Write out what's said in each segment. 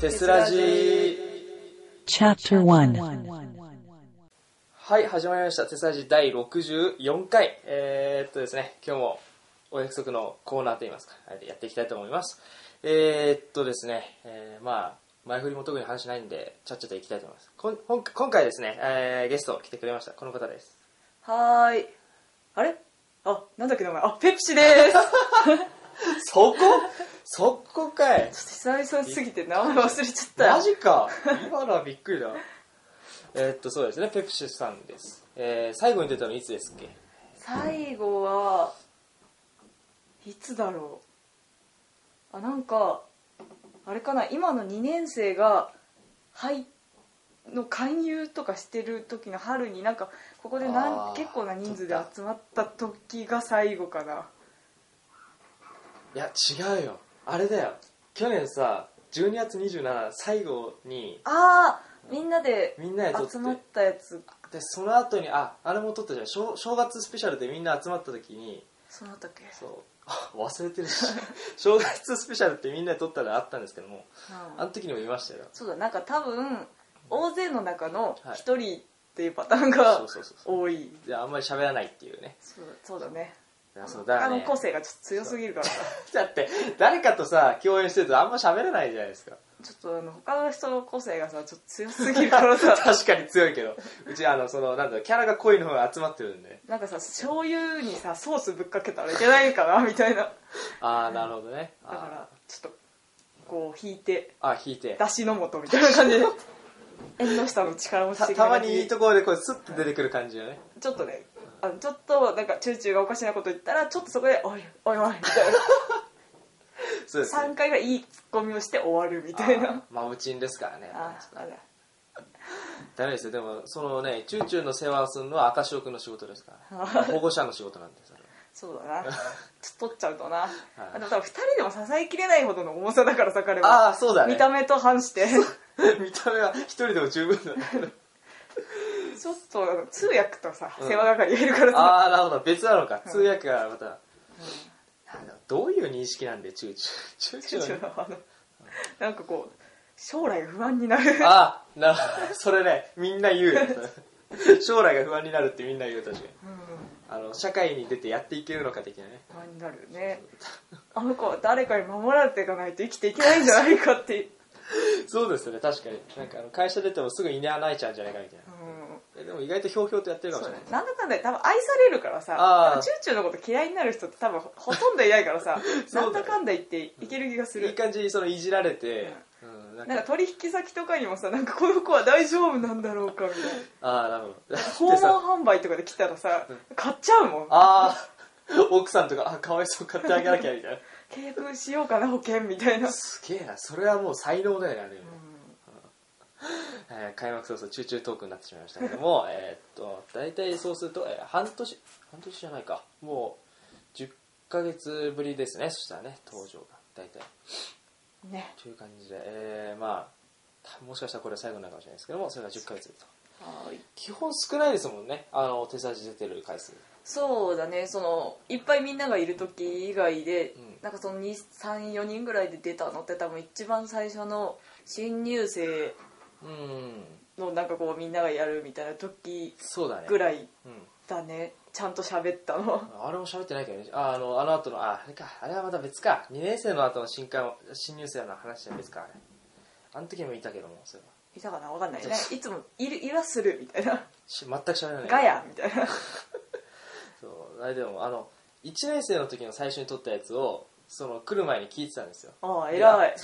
テスラジー Chapter 1はい始まりましたテスラジー第64回えー、っとですね今日もお約束のコーナーといいますかあれでやっていきたいと思いますえー、っとですね、えーまあ前振りも特に話しないんでちゃっちゃといきたいと思いますこんほん今回ですね、えーゲスト来てくれましたこの方ですはーい。あれあ、なんだっけ名前。あ、ペプシでそこ そこかいす。久々すぎて名前忘れちゃったよ。マジか今のはびっくりだえーっとそうですねペプシさんです、えー最後に出たのいつですっけ最後は、いつだろう。あ、なんか、あれかな、今の2年生が、はい、の勧誘とかしてる時の春になんか、ここであー何結構な人数で集まった時が最後かな。いや違うよあれだよ去年さ12月27最後にあー、みんなでみんなで撮って集まったやつ、でその後にああれも撮ったじゃん正正月スペシャルでみんな集まった時にそうだったっけそう あ忘れてるし正月スペシャルってみんなで撮ったらあったんですけどもうんあの時にも言いましたよそうだなんか多分大勢の中のはい一人っていうパターンそがうそうそうそ多いいやあんまり喋らないっていうねそうそうだねいやそうだ他よのね個性がちょっと強すぎるからさだって誰かとさ共演してるとあんま喋らないじゃないですかちょっとあの他の人の個性がさちょっと強すぎるからさ 確かに強いけどうちあのそのなんだろうキャラが濃いの方が集まってるんでなんかさ醤油にさソースぶっかけたらいけないかなみたいなだああなるほどねあーからちょっとこう引いてあ引いて出汁の素みたいな感じで 縁の下の力持ちた的たなま感じにいいでところでこうスッと出てくる感じよねちょっとねあのちょっとなんかチューチューがおかしなこと言ったらちょっとそこで「おいおいおい」みたいなそうです3ね回がいいツッコミをして終わるみたいなあーマムチンですからねああらダメですよでもそのねチューチューの世話をするのは赤潮君の仕事です から保護者の仕事なんですそうだなちょっと取っちゃうとな、いでも多分2人でも支えきれないほどの重さだからさ彼はああそうだね見た目と反して見た目は 一人でも十分だねちょっとあの通訳とさ、うん世話係がいるからさ ああなるほど別なのか通訳はまた、なんだろうどういう認識なんでチューチューチュー チューのあのなんかこう将来が不安になるああなるほどそ れねみんな言うよ 将来が不安になるってみんな言う確かにうんあの社会に出てやっていけるのか的なね不安になるよねあの子は誰かに守られていかないと生きていけないんじゃないか って、そうですね確かになんかあの会社出てもすぐいな泣いちゃうんじゃないかみたいなうん、えでも意外とひょうひょうとやってるかもそしうれだないねなんだかんだで多分愛されるからあーさ多分チューチューのこと嫌いになる人って多分ほとんどいないからさ、 そうだねなんだかんだ言っていける気がすいいる感じにそのいじられて、うんなんなんかか取引先とかにもさなんかこの子は大丈夫なんだろうかみ たいなああなるほ ど訪でさ問販売とかで来たらさ買っちゃうもんああ奥さんとかあかわいそう買ってあげなきゃみたいな契約しようかな保険みた いな、すげえなそれはもう才能だよねあれ、えー開幕早々チューチュートークになってしまいましたけどもえーっと大体そうすると、えー半年半年じゃないかもう10ヶ月ぶりですねそしたらね登場が大体ねという感じで、えーまあもしかしたらこれは最後になるかもしれないですけどもそれが10ヶ月とはい基本少ないですもんねあの手差し出てる回数そうだねそのいっぱいみんながいる時以外で、うんなんかその234人ぐらいで出たのって多分一番最初の新入生うんのなんかこうみんながやるみたいな時そうだねぐい、らういん、だねちゃんと喋ったのあれも喋ってないけどねああのあの後のああれかあれはまた別か2年生の後の新刊新入生の話は別かあれあの時も言ったけどもそれはいたかなわ かんないねいつもいるいはするみたいな し全く喋らないガヤみたいなそうあれでもあの1年生の時の最初に撮ったやつをその来る前に聞いてたんですよああ偉い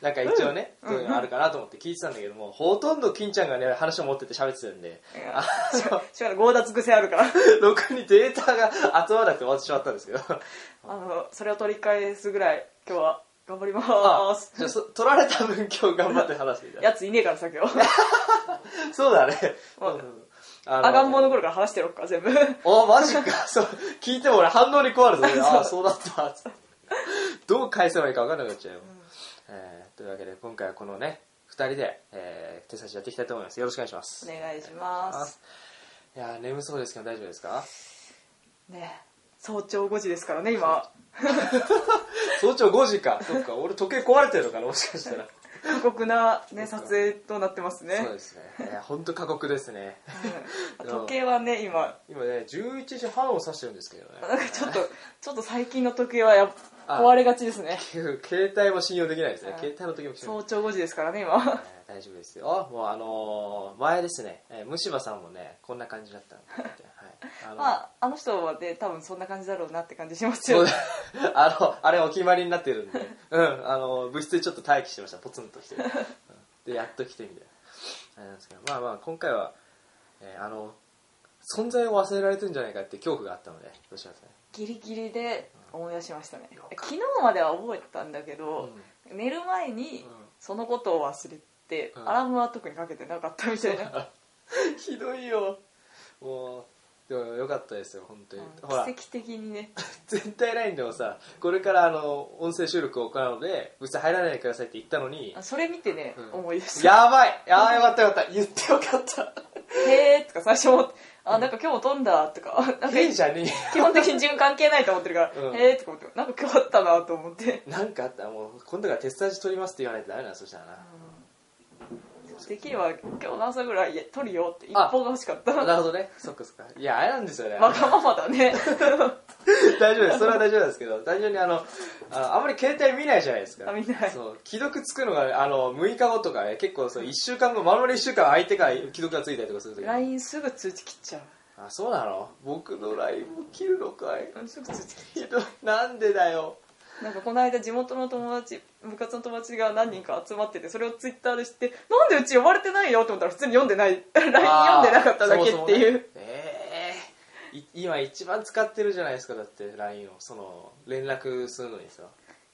なんか一応ね、どういうのあるかなと思って聞いてたんだけども、ほとんど金ちゃんがね話を持ってて喋ってたんでいやしかしかも強奪癖あるからろくにデータが集まらなくて終わってしまったんですけどあのそれを取り返すぐらい今日は頑張りまあーすじゃあそ取られた分今日頑張って話していただいやついねえからさ今日 てそうだねまああ赤ん坊の頃から話してろっか全 部おマジかそう聞いても俺反応に困る ぞそうああそうだったつってどう返せばいいか分かんなくなっちゃうよ、えーというわけで今回はこのね2人で、えー手差しやっていきたいと思いますよろしくお願いしますお願いしますいやー眠そうですけど大丈夫ですかね早朝5時ですからね今早朝5時かそっか俺時計壊れてるのかなもしかしたら過酷な、ね、撮影となってますねそうですね。いや、本当過酷ですね。うん時計はね今今ね、11時半を指してるんですけどね。なんかちょっと ちょっと最近の時計はやあ壊れがちですね 携帯も信用できないですねう。ん携帯の時も信用早朝5時ですからね今えー大丈夫ですよ。もうあのー前ですね、えー虫歯さんもね、こんな感じだったので、はい。あのまああの人はね多分そんな感じだろうなって感じしますそよう あの、あれお決まりになってるんで、うん、あの、部室でちょっと待機してました、ポツンと来て。うんで、やっと来てみたいな。あれなんですけど、まあまあ、今回は、えーあの、存在を忘れられてるんじゃないかって恐怖があったので、どうしますかね。ギリギリで思い出しましたね昨日までは覚えてたんだけど、寝る前にうんそのことを忘れて、うんアラームは特にかけてなかった みたいな、うんひどいよ。もう、でもよかったですよ、本当に。ほら奇、跡的にね全体ラインでもさ、これからあの、音声収録を行うので、部室入らないでくださいって言ったのにあ、それ見てね、うん思い出したやばいやーよかったよかった言ってよかった「へえ」とか最初思って「あなんか今日も飛んだ」とかなんかいいじゃねえよ基本的に自分関係ないと思ってるから「うんへえ」とか思ってなんか今日あったなと思って、なんかあったらもう今度からテスタージ取りますって言わないとダメだなそしたらな、できれば今日の朝ぐらいいや取るよって一あ報が欲しかったなるほどねそっかそっかいやあれなんですよねわがままだ ね 大丈夫ですそれは大丈夫なんですけど単純にあのああんまり携帯見ないじゃないですかあ見ないそう既読つくのがあの6日後とかね結構そう1週間後丸々1週間相手から既読がついたりとかするとき LINE すぐ通知切っちゃあそうなの僕の LINE も切るのかいううんすぐ通知切っひどいなんでだよなんかこの間地元の友達部活の友達が何人か集まっててそれをツイッターで知って「なんでうち呼ばれてないよ」って思ったら普通に読んでない LINE 読んでなかっただけってあーそいうもそもねええい今一番使ってるじゃないですかだって LINE をその連絡するのにさ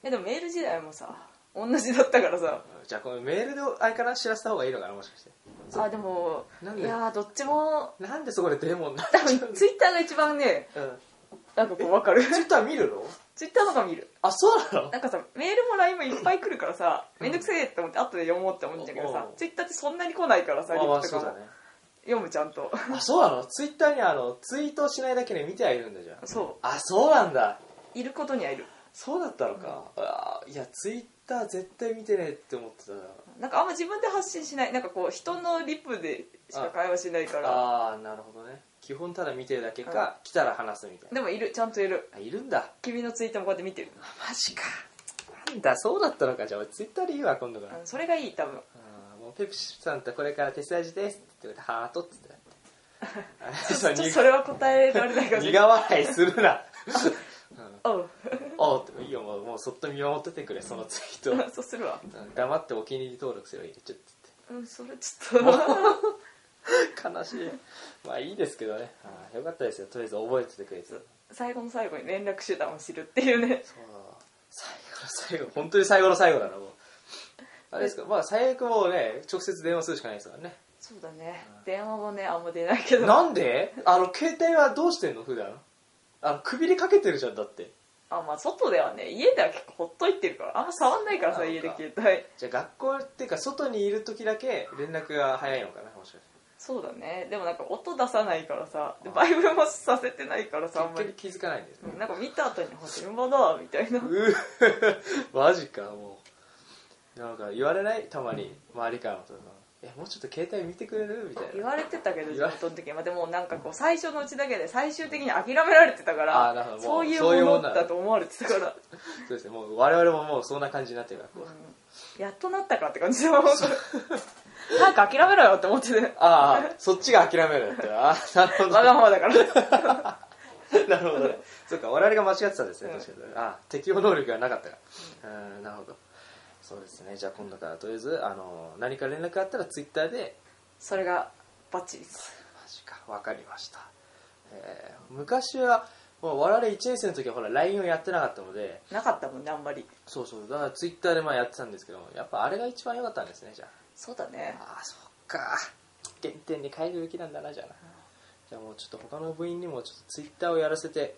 えでもメール時代もさ同じだったからさじゃあこのメールであれかな知らせた方がいいのかなもしかしてあでもなんでいやーどっち もなんでそこでデモになっち多ゃう分ツイッターが一番ねうんなんかこう分か るツイッター見るのツイッターとか見るあそうなのなんかさメールも LINE もいっぱい来るからさめんどくせえって思って後で読もうって思うんだけどさおうツイッターってそんなに来ないからさリまあまプあそとかうだもね読むちゃんとあそうなのツイッターにあのツイートしないだけで見てはいるんだじゃんそあそうなんだういることにはいるそうだったのか、あーいやツイッター絶対見てねえって思ってたななんかあんま自分で発信しないなんかこう人のリプでしか会話しないからああなるほどね基本ただ見てるだけか、来たら話すみたいなでもいるちゃんといるあいるんだ君のツイートもこうやって見てるマジかなんだそうだったのかじゃあ俺ツイッターでいいわ今度から、うんそれがいい多 分あーもうペプシさんとこれから手伝いじですって言ってハートって言って ちょっとそ苦れは答えられないかもしれない苦笑いするなおう おうっていいよもうもうそっと見守っててくれそのツイートを そうするわうん黙ってお気に入り登録すればいいよちょっうんそれちょっとと悲しいまあいいですけどねあーよかったですよとりあえず覚えててくれて 最後の最後に連絡手段を知るっていうねそう最後の最後本当に最後の最後だなもうあれですかまあ最悪もうね直接電話するしかないですからねそうだね電話もねあんま出ないけどなんであの携帯はどうしてんの普段あのくびれかけてるじゃんだってあまあ外ではね家では結構ほっといてるからあんま触んないからそさうか家で携帯じゃあ学校っていうか外にいる時だけ連絡が早いのかなもしかしそうだねでもなんか音出さないからさでバイブルもさせてないからてさあんま結り局気づかないん ですねうんなんか見た後に「あ車だ」みたいなうーマジかもうなんか言われないたまに周りからもえもうちょっと携帯見てくれるみたい言なわれてたけど地言わ元の時まあでもなんかこう最初のうちだけで最終的に諦められてたかあーなるほどらそういもうそういううももんのなんだだと思われてたからそうですねもう我々ももうそんな感じになってるからこううんやっとなったかって感じで 早く諦めろよって 思っててああそっちが諦めるんだってああなる ほどわがままだからなるほどね。そうか、我々が間違ってたんですね、うん確かに。あ、適応能力がなかったから。うん、なるほど。そうですね。じゃあ今度からとりあえず、あの、何か連絡があったらツイッターで、それがバッチリですマジか、わかりました。えー昔は、もう我々1年生の時はほら、LINE をやってなかったので、なかったもんねあんまりそうそう、だからツイッターでまあやってたんですけども、やっぱあれが一番良かったんですね、じゃそうだねあ。ああ、そっか。原点に変えるべきなんだな、じゃあな。じゃあもうちょっと他の部員にもちょっとツイッターをやらせて、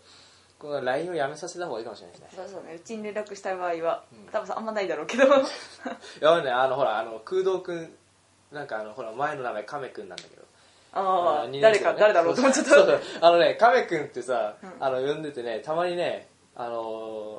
この LINE をやめさせた方がいいかもしれないですね。そうそうねうちに連絡したい場合は、うん多分あんまないだろう けどいやばいねあのほらあの空洞くんなんかあのほら前の名前亀くんなんだけどああのあ二年誰生のかね誰だろうと思っちゃっそうそたうあのね亀くんってさ、うんあの呼んでてねたまにねあの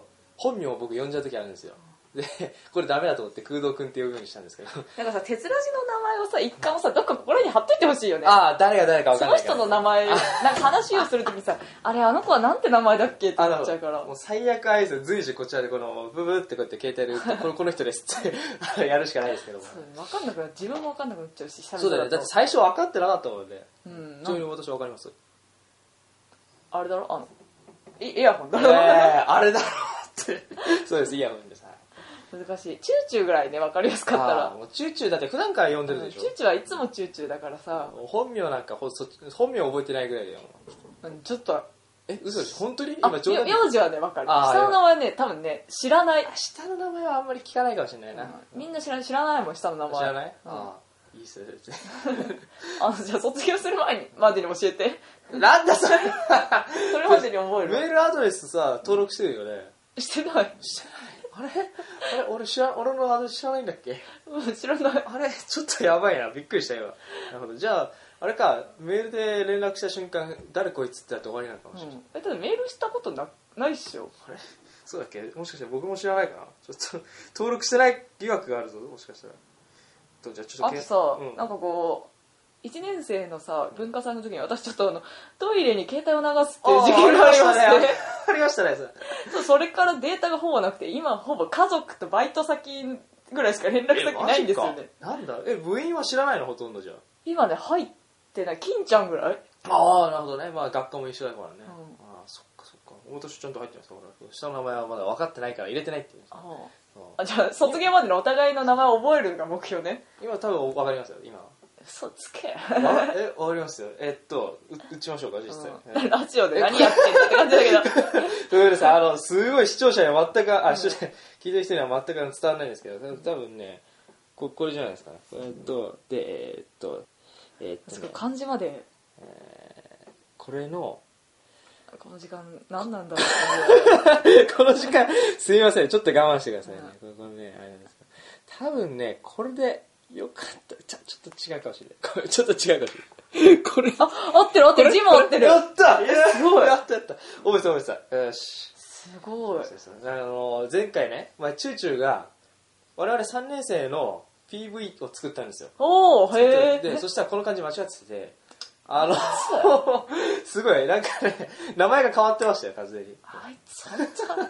ー本名を僕呼んじゃう時あるんですよで これダメだと思って空洞くんって呼ぶようにしたんですけど なんかさ鉄ラジの名前をさ一回もさどっか心に貼っといてほしいよねああ誰が誰か分そかんのないから人の名前なんか話をするとき にさあれあの子はなんて名前だっけってあなっちゃうからのもう最悪あれですよ随時こちらでこのブブってこうやって携帯で打っ てこのこの人ですって あのやるしかないですけどもそう分かんなくなる自分も分かんなくなっちゃうし久そうだよねだってと最初分かってなかったもんねうんちななみんにか私分かりますあれだろあのえエアホンえだえろ、あれだろうって そうですイヤホンですはい 難しいチューチューぐらいね分かりやすかったあーらもうチューチューだって普段から呼んでチるでューしょチューはいつもチューチューだからさもう本名なんかほそ本名覚えてないぐらいだよもううんちょっとえ嘘でしょ本当にあ今冗談で名字はね分かるあー下の名前ね多分ね知らない下の名前はあんまり聞かないかもしれないな、みんな知らない知らないもん下の名前知らない、うんああいいっすね別にあのじゃあ卒業する前にまでに教 えてなんだそれそれまでに覚えメーるルアドレスさ登録してるよねしてなあいれあれ俺知ら俺のアドレス知らないんだっけうん知らないあれちょっとやばいなびっくりした今なるほどじゃああれかメールで連絡した瞬間誰こいつってやって終わりなのかもうしれない、んえただメールしたことなないっしょあれそうだっけもしかして僕も知らないかなちょっと登録してない疑惑があるぞもしかしたらとじゃあちょあっととけさ、うんなんかこう1年生のさ文化祭の時に私ちょっとあのトイレに携帯を流すっていう事件がありましてあありましたねありましたねそれそうそれからデータがほぼなくて今ほぼ家族とバイト先ぐらいしか連絡先ないんですよねえマジかなんだえ部員は知らないのほとんどじゃ今ね入ってない金ちゃんぐらいあああなるほどねまあ学科も一緒だからね、んああそっかそっか私ちゃんと入ってますから下の名前はまだ分かってないから入れてないっていうあああじゃあ卒業までのお互いの名前を覚えるのが目標ね今多分分かりますよ今嘘つけあ え分かりますよえっとう打ちましょうか実際、うんラジオで何やってんだって感じ だけどごめんなさい、あの、すごい視聴者には全く、あ、視聴者、聞いてる人には全く伝わらないんですけど、多分ね、ここれじゃないですかね。えっと、で、えーっと、えーっすとごねい、漢字までこれの、この時間何なんだろうって この時間、すみません、ちょっと我慢してくださいね。これこれね、あれなんですけど多分ね、これで、よかった。ちょ、ちょっと違うかもしれない。これ、ちょっと違うかもしれない。これ、思う合ってる合ってる字も合ってるやったすごいやったやった。覚えてた覚えてた。よし。すごいそうそうあの前回ね、まあ、チューチューが我々3年生の PV を作ったんですよおおへえでそしたらこの感じ間違っててあの すごいなんかね名前が変わってましたよ完全にあいつ本当に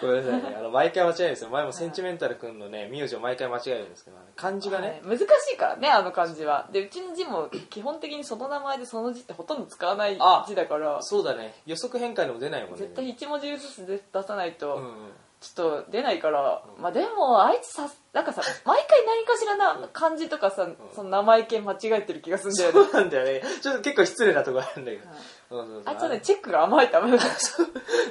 ごめんなさいねあの毎回間違えるんですよ前もセンチメンタル君のね名字を毎回間違えるんですけどあの漢字がね、はい難しいからねあの漢字はでうちの字も基本的にその名前でその字ってほとんど使わないあ字だからそうだね予測変換でも出ないもんね絶対一文字ずつ出さないと、うんうんちょっと出ないから、うんまあでもあいつさなん かさ毎回何かしらな漢字とかさ、その名前系間違えてる気がするんだよね、そうなんだよねちょっと結構失礼なとこあるんだけど、そうそうそ あういつはねチェックが甘いためだ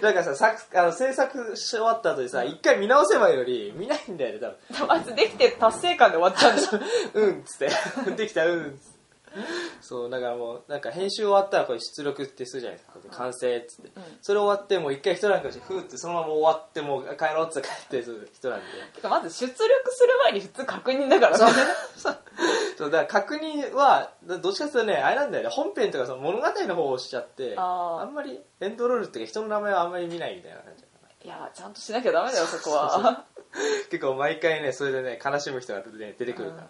なんかさ作あの制作し終わった後にさ一回見直せばより見ないんだよね多分あいつできて達成感で終わっちゃうんだようんっつって できたうんっつってそうだからもうなんか編集終わったらこれ出力ってするじゃないですかこう完成っつって、んそれ終わってもう一回一段階してふーってそのまま終わってもう帰ろうっつって帰ってする人なんでてかまず出力する前に普通確認だからねそうだから確認はだどっちかっていうとねあれなんだよね本編とかその物語の方をしちゃってあーんまりエンドロールっていうか人の名前はあんまり見ないみたい な感じいやちゃんとしなきゃダメだよそこはそうそう結構毎回ねそれでね悲しむ人が、ね、出てくるから、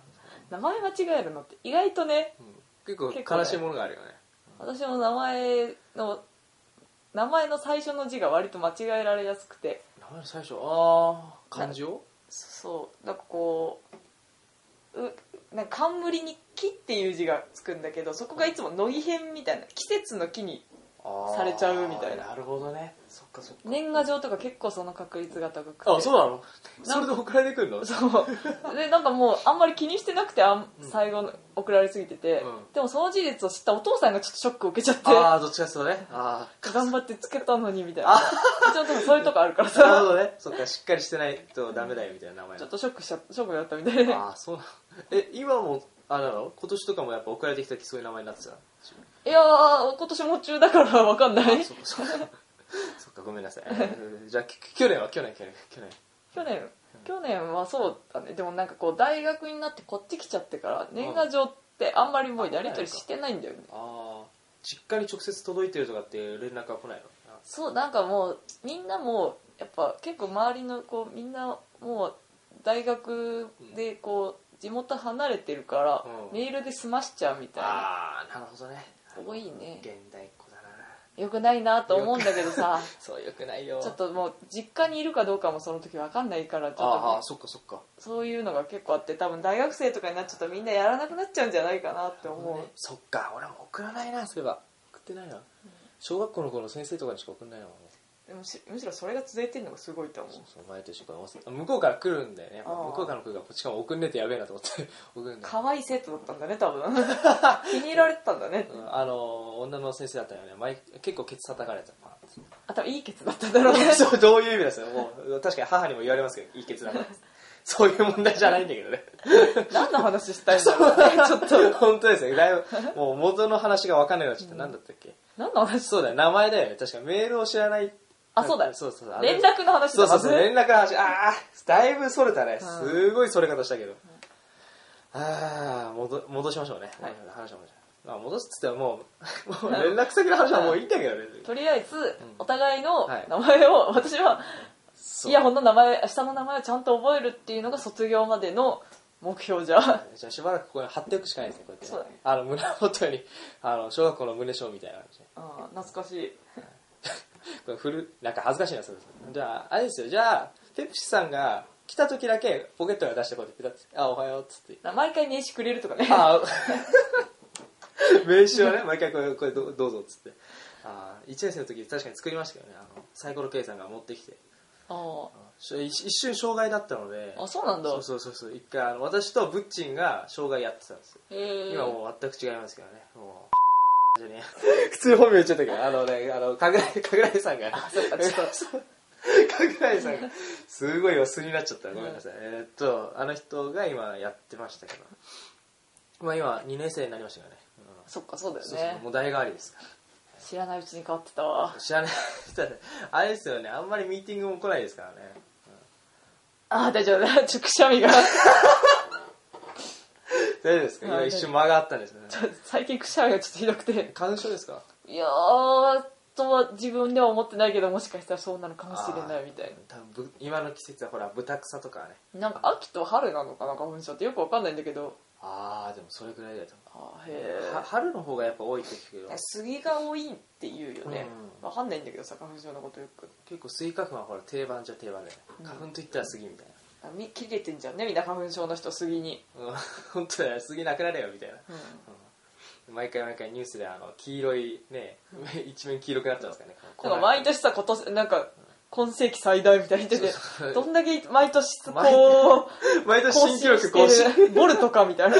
名前間違えるのって意外とねうん結結構構ね悲しいものがあるよね私も名前の名前の最初の字が割と間違えられやすくて名前の最初ああ漢字をそうなんかこううなんか冠に「木」っていう字がつくんだけどそこがいつも乃木編みたいな季節の木にあーされちゃうみたいななるほどねそっかそっか年賀状とか結構その確率が高くてあそうなのかそれで送られてくるのそうでなんかもうあんまり気にしてなくてあんうん最後の送られすぎてて、うんでもその事実を知ったお父さんがちょっとショックを受けちゃってああどっちかそうねあ頑張ってつけたのにみたいなうちょっとそういうとこあるからあなるほさどねそっかしっかりしてないとダメだよみたいな名前ちょっとショックしちゃショックだったみた いでああそうなのえ今もあれなの今年とかもやっぱ送られてきた時そういう名前になってたいやー今年も中だからわかんないあそっかそっか そっかごめんなさい、えーじゃあき去年は去年去年去年去年去年はそうだねでもなんかこう大学になってこっち来ちゃってから年賀状ってあんまりもうやり取りしてないんだよねああ実家に直接届いてるとかっていう連絡は来ないのそうなんかもうみんなもうやっぱ結構周りのこうみんなもう大学でこう地元離れてるから、うんメールで済ましちゃうみたいなああなるほどね多いね現代っ子だなよくないなと思うんだけどさそうよくないよ ちょっともう実家にいるかどうかもその時わかんないからちょっとあねあそっかそっかそういうのが結構あって多分大学生とかになっちゃうとみんなやらなくなっちゃうんじゃないかなって思う、ねそっか俺も送らないなそういえば送ってないな小学校の頃の先生とかにしか送んないなもうでもしむしろそれが続いてるのがすごいと思うそうそう前と一緒か向こうから来るんだよねあー向こうから来るからこっちから送んねえとやべえなと思って送るんだよ可愛い生徒だったんだね多 分気に入られてたんだねうんあの女の先生だったよね毎結構ケツ叩かれてたパーンってあ多分いいケツだったんだろうね そうどういう意味ですか もう確かに母にも言われますけどいいケツだから ってそういう問題じゃないんだけど ね 何の話したいんだろうねちょっと本当ですね だいぶもう元の話が分かんないようになっちゃった何だったっけ 何の話そうだよ名前だよね確かメールを知らないあそうだそうそうそう連絡の話そだうそうそう、忘れ連絡の話。ああ、だいぶそれたね。うんすごいそれ方したけど。ああ、戻戻しましょうね。はい話は戻しましょう。あ戻すっつってはもう、 もう連絡先の話はもういいんだけどね。とりあえずお互いのはい名前を私はそうイヤホンの名前下の名前をちゃんと覚えるっていうのが卒業までの目標じゃんじゃあしばらくここに貼っておくしかないですね、こうやって。そうだねあの、胸元に、 あの、小学校の胸章みたいな感じで。あー懐かしいこれ古いなんか恥ずかしいな、それ。じゃあ、あれですよ、じゃあ、ペプシさんが来た時だけポケットから出してこうやって、ペタッて、あ、おはようっつって。な毎回名刺くれるとかね あー名刺をね毎回これこれどうどうぞっつってあ1年生の時確かに作りましたけどねあのサイコロ計算が持ってきてあーし一一瞬障害だったのであそうなんだそうそうそうそう一回あの私とブッチンが障害やってたんですよへー今もう全く違いますけどねもうじゃねえや 普通に本名言っちゃったけどあのねあのかぐらかぐらいさんがそうかちょっと かぐらいさんがすごいお酢になっちゃったごめんなさい、えーっとあの人が今やってましたけどまあ今2年生になりましたからね、うんそっかそうだよそうそうねもう代替わりですから知らないうちに変わってたわ知らない人はねあれですよねあんまりミーティングも来ないですからねあー大丈夫 だちょっとくしゃみが大丈夫ですかは今い一瞬間があったんです ね最近くしゃみがちょっとひどくて花粉症ですかいやーとは自分では思ってないけどもしかしたらそうなのかもしれないみたいあー多分ぶ今の季節はほら豚草とかねななんか秋と春なのかな花粉症ってよくわかんないんだけどああでもそれぐらいだと思あーうへは春の方がやっぱ多いって聞くけどえ杉が多いって言うよねうんわかんないんだけどさ花粉症のことよく結構スイカ粉はほら定番じゃ定番だよねうん花粉といったら杉みたいあみ切れてんじゃんねみんな花粉症の人杉に、な、うん、本当だよ杉なくなれよみたいな毎回毎回ニュースであの黄色いね一面黄色くなってますからねなんか毎年さ今年なんか今世紀最大みたいに言っててそうそうどんだけ毎年こう毎 毎年新記録更更新新 してるボルトかみたいな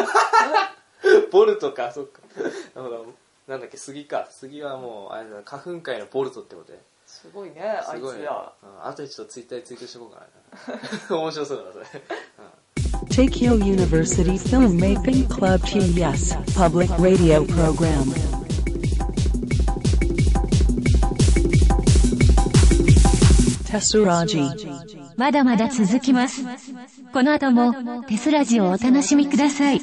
ボルトか、そっか。なるほど。なんだっけ、杉か。杉はもう、あれだ、花粉界のボルトってことで。すごいねあすいごいつね。らうんあとでちょっとツイッターでツイートしてこう かな。面白そうだな、それ。 Takyo University Filmmaking Club TES Public Radio Program. Tesuraji. まだまだ続きます。この後もテスラジをお楽しみください。